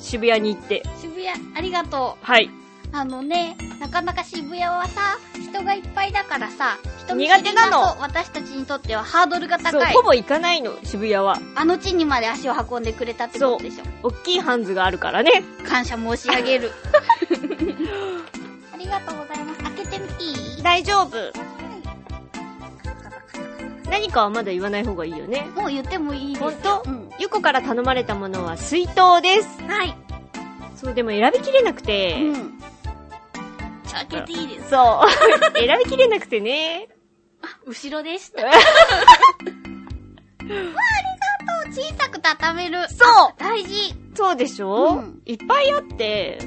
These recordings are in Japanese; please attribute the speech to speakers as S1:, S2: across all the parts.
S1: 渋谷に行って。
S2: 渋谷、ありがとう。
S1: はい。
S2: あのね、なかなか渋谷はさ、人がいっぱいだからさ、人見
S1: 苦手なの
S2: 知りと私たちにとってはハードルが
S1: そう
S2: 高い
S1: ほ。ぼ行かないの、渋谷は。
S2: あの地にまで足を運んでくれたってことでしょ。
S1: 大きいハンズがあるからね。
S2: 感謝申し上げる。ありがとうございます。開けてみていい
S1: 大丈夫。何かはまだ言わない方がいいよね。
S2: もう言ってもいいですよ。
S1: 本当
S2: うん。
S1: ゆこから頼まれたものは水筒です。
S2: はい。
S1: そう、でも選びきれなくて。
S2: うん。ちょ、開けていいです。
S1: そう。選びきれなくてね。
S2: 後ろで した。わあ、ありがとう。小さく畳める。
S1: そう
S2: 大事。
S1: そうでしょ、
S2: うん
S1: いっぱいあって。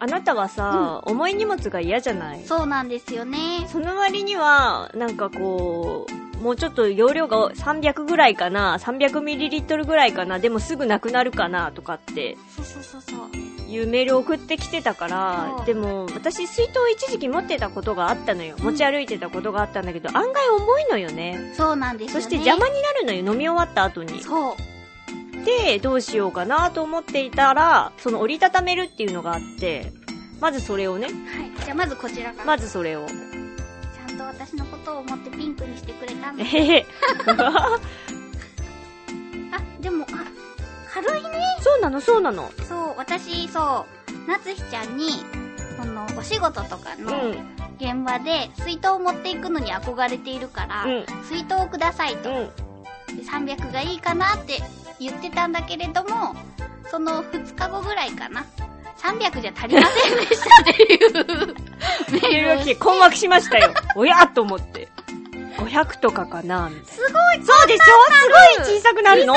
S1: あなたはさ、重い荷物が嫌じゃない
S2: そうなんですよね。
S1: その割には、なんかこう、もうちょっと容量が300ぐらいかな、300ml ぐらいかな、でもすぐなくなるかな、とかって
S2: そうそうそうそう。
S1: いうメールを送ってきてたか
S2: そ
S1: ら
S2: う、
S1: でも私水筒を一時期持ってたことがあったのよ。持ち歩いてたことがあったんだけど、案外重いのよね。
S2: そうなんですよ
S1: そ
S2: ね。
S1: して邪魔になるのよ、飲み終わった後に。
S2: そう。
S1: で、どうしようかなと思っていたら、その折りたためるっていうのがあって、まずそれをね、
S2: はい。じゃあまずこちらから。
S1: まずそれを。
S2: ちゃんと私のことを思ってピンクにしてくれたんだ。
S1: えへ へ。
S2: あ、でも、あ、軽いね。
S1: そうなの、そうなの。
S2: そう、私、そう、なつひちゃんに、その、お仕事とか
S1: うん。
S2: の現場で水筒を持っていくのに憧れているから、
S1: うん。
S2: 水筒をくださいと、
S1: うん。
S2: で300がいいかなって言ってたんだけれども、その2日後ぐらいかな、300じゃ足りませんでしたっていう
S1: い
S2: メ
S1: ろ
S2: ー
S1: い
S2: ルを
S1: ろ
S2: して
S1: 来て困惑しました よ。おやと思って。500とかかなみたいな。すごいそうでしょすごい小さくなるの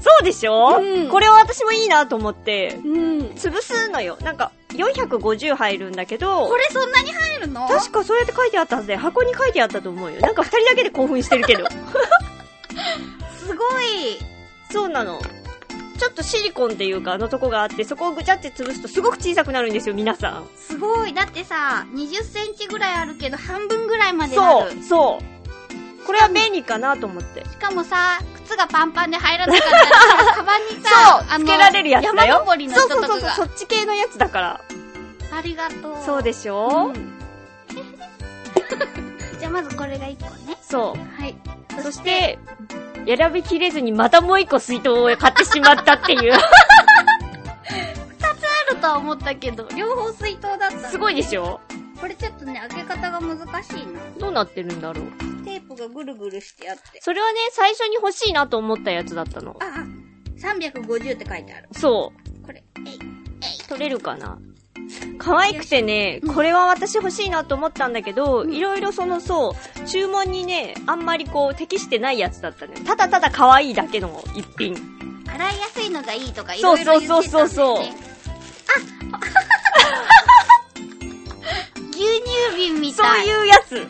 S1: そうでしょ、
S2: うん
S1: これは私もいいなと思って、
S2: うん。
S1: 潰すのよ。なんか、450入るんだけど、
S2: これそんなに入るの
S1: 確かそうやって書いてあったはずで、箱に書いてあったと思うよ。なんか二人だけで興奮してるけど。
S2: すごい。
S1: そうなの。ちょっとシリコンっていうか、あのとこがあって、そこをぐちゃって潰すとすごく小さくなるんですよ、皆さん。
S2: すごい。だってさ、20センチぐらいあるけど、半分ぐらいまでな
S1: そ
S2: る。
S1: う、そう。これは便利かなと思って。
S2: しかもさ、靴がパンパンで入らなかったら さ、カバンにさ、あの
S1: つけられるやつだよ。
S2: 山登りの人とかが。
S1: そうそうそう、そっち系のやつだから。
S2: ありがとう。
S1: そうでしょ、
S2: うんじゃあまずこれが1個ね。
S1: そ
S2: はい。
S1: う。そし、て、選びきれずにまたもう一個水筒を買ってしまったって いう。
S2: あるとは思ったけど、両方水筒だった。
S1: すごいでし
S2: ょ
S1: ょ
S2: これちょっとね、開け方が難しいな。
S1: どうなってるんだろう。
S2: テープがぐるぐるしてあって。
S1: それはね、最初に欲しいなと思ったやつだったの。
S2: ああ、350って書いてある。
S1: そ
S2: これ。えい。
S1: う。取れるかな可愛くてね、これは私欲しいなと思ったんだけど、
S2: うん
S1: いろいろそのそう、注文にね、あんまりこう適してないやつだったね。ただただ可愛いだけの一品。
S2: 洗いやすいのがいいとか、い
S1: そ
S2: ろ
S1: う
S2: いろ言ってたんだよね。
S1: そうそうそうそう
S2: あ牛乳瓶み
S1: そう
S2: たい。う。
S1: いうやつ。
S2: へー。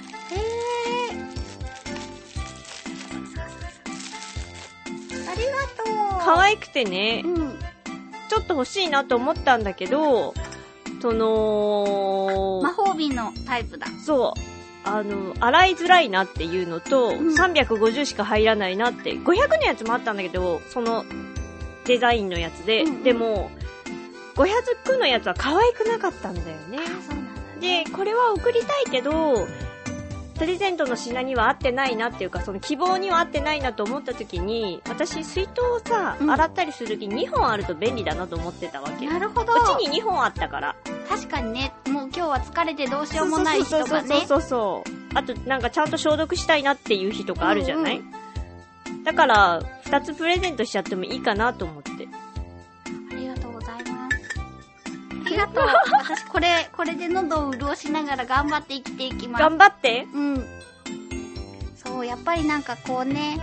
S2: ありがとう。
S1: 可愛くてね、
S2: うん。
S1: ちょっと欲しいなと思ったんだけど、その、
S2: 魔法瓶のタイプだ。
S1: そう。あの、洗いづらいなっていうのと、
S2: ん
S1: 350しか入らないなって、500のやつもあったんだけど、そのデザインのやつで、
S2: うんうん
S1: でも、500のやつは可愛くなかったんだよね。
S2: あ、そうなんだね。
S1: で、これは送りたいけど、プレゼントの品には合ってないなっていうか、その希望には合ってないなと思った時に、私水筒をさ、
S2: うん
S1: 洗ったりする時に2本あると便利だなと思ってたわけ。う
S2: なるほど。
S1: ちに2本あったから。
S2: 確かにね、もう今日は疲れてどうしようもない日とかね。
S1: そうそうそうそうあとなんかちゃんと消毒したいなっていう日とかあるじゃない、だから2つプレゼントしちゃってもいいかなと思って
S2: ありがとうございます。ありがとう。私これ、これで喉を潤しながら頑張って生きていきます。
S1: 頑張って
S2: うん。そう、やっぱりなんかこうね、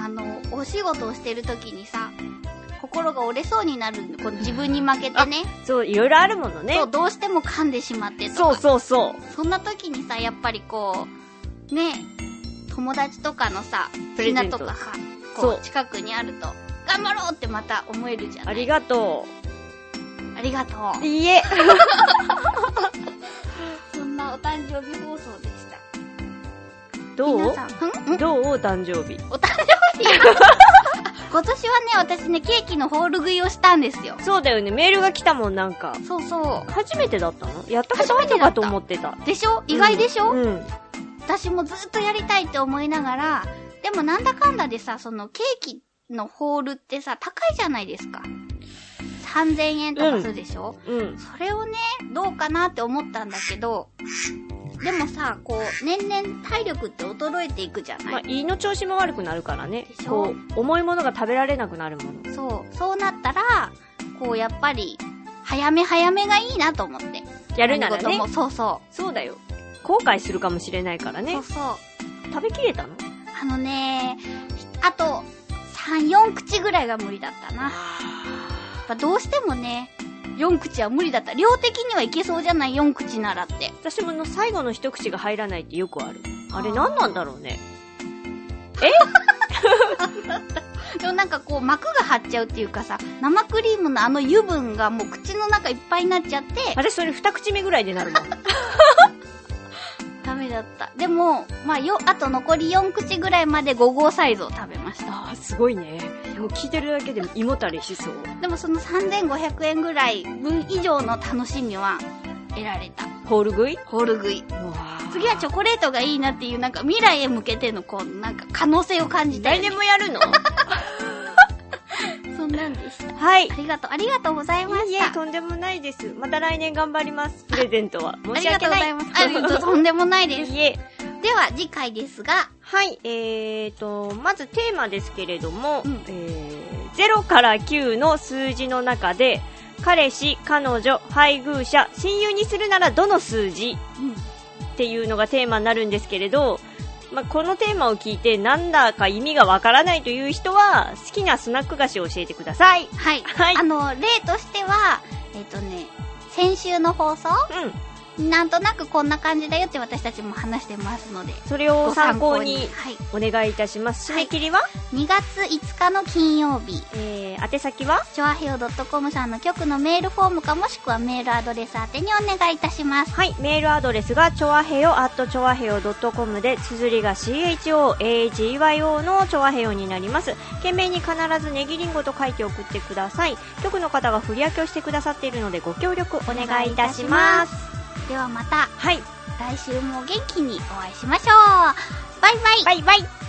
S2: あの、お仕事をしてる時にさ、心が折れそうになるこう自分に負けてね
S1: そういろいろあるものね
S2: そう、どうしても噛んでしまってとか。
S1: そうそうそう
S2: そんな時にさ、やっぱりこう、ね、友達とかのさ、
S1: プレゼ
S2: 品
S1: ント
S2: とかさ、
S1: そ
S2: こ
S1: う
S2: う、近くにあると、頑張ろうってまた思えるじゃん。
S1: あり
S2: が、
S1: がと
S2: ありがと
S1: ういいえ
S2: う。そんなお誕生日放送でした。
S1: ど
S2: 皆
S1: う
S2: さん、んん
S1: どうお誕生日
S2: お誕生 日今年はね、私ね、ケーキのホール食いをしたんですよ。
S1: そうだよねメールが来たもんなんか
S2: そうそ
S1: 初めてだったのやったことあるのかと思ってた
S2: う。でしょ意外でしょ、
S1: うん、うん
S2: 私もずっとやりたいって思いながら、でもなんだかんだでさ、そのケーキのホールってさ、高いじゃないですか。3000円とかするでしょ、
S1: うん
S2: それをね、どうかなって思ったんだけど、でもさ、こう、年々体力って衰えていくじゃない、
S1: まあ、胃の調子も悪くなるからね
S2: でしょ
S1: こう重いものが食べられなくなるもの
S2: そう、そうなったら、こう、やっぱり、早め早めがいいなと思って。
S1: やるなら
S2: 何
S1: ね
S2: 事もそうそ
S1: そうだよ。後悔するかもしれないから
S2: う。そ
S1: ね
S2: う。そう。
S1: 食べきれたの
S2: あのね、あと、3、4口ぐらいが無理だったな。やっぱどうしてもね、4口は無理だった。量的にはいけそうじゃない、4口ならって。
S1: 私もの最後の一口が入らないってよくある。あれ
S2: あー
S1: 何なんだろうね。
S2: でもなんかこう、膜が張っちゃうっていうかさ、生クリームのあの油分がもう口の中いっぱいになっちゃって、
S1: 私それ二口目ぐらいでなるもん。
S2: ダメだった。でも、まあよ、あと残り4口ぐらいまで5号サイズを食べました。
S1: ああ、すごいね。でも聞いてるだけで胃もたれしそう。
S2: でもその3500円ぐらい分以上の楽しみは得られた。
S1: ホール食いう
S2: ホール食い。
S1: わー
S2: 次はチョコレートがいいなっていう、なんか未来へ向けてのこう、なんか可能性を感じた
S1: 来
S2: よね
S1: 年もやるの
S2: そんなんでした。
S1: はい。い
S2: ありがとう、ありがとうございま
S1: い
S2: した
S1: え、。とんでもないです。また来年頑張ります。プレゼントは。
S2: あ
S1: 申
S2: り
S1: し
S2: が
S1: 訳
S2: とうご
S1: ない。
S2: ざいます。ありがとうとんでもないです。
S1: いえ。
S2: では、次回ですが、
S1: はい、えーと、まずテーマですけれども、
S2: うん
S1: えー、0から9の数字の中で、彼氏、彼女、配偶者、親友にするならどの数字っていうのがテーマになるんですけれど、まあ、このテーマを聞いてなんだか意味がわからないという人は、好きなスナック菓子を教えてください。
S2: はい。
S1: はい
S2: あの、例としては、えっ、とね、先週の放送
S1: うん。
S2: なんとなくこんな感じだよって私たちも話してますので、
S1: それを参考
S2: ご
S1: に
S2: はい。
S1: お願いいたします。締
S2: はい
S1: め切りは、
S2: 2月5日の金曜日、
S1: えー、宛先は
S2: チョアヘオ .com さんの局のメールフォームかもしくはメールアドレス宛てにお願いいたします。
S1: はい、メールアドレスが、ちょわへよ、アットちょわへよ .com で、綴りが CHOAGYO のちょわへよになります。懸命に必ずネギリンゴと書いて送ってください。局の方が振り分けをしてくださっているので、ご協力お願いいたします。
S2: ではまた、
S1: はい、
S2: 来週も元気にお会いしましょう。バイバイ。
S1: バイバイ。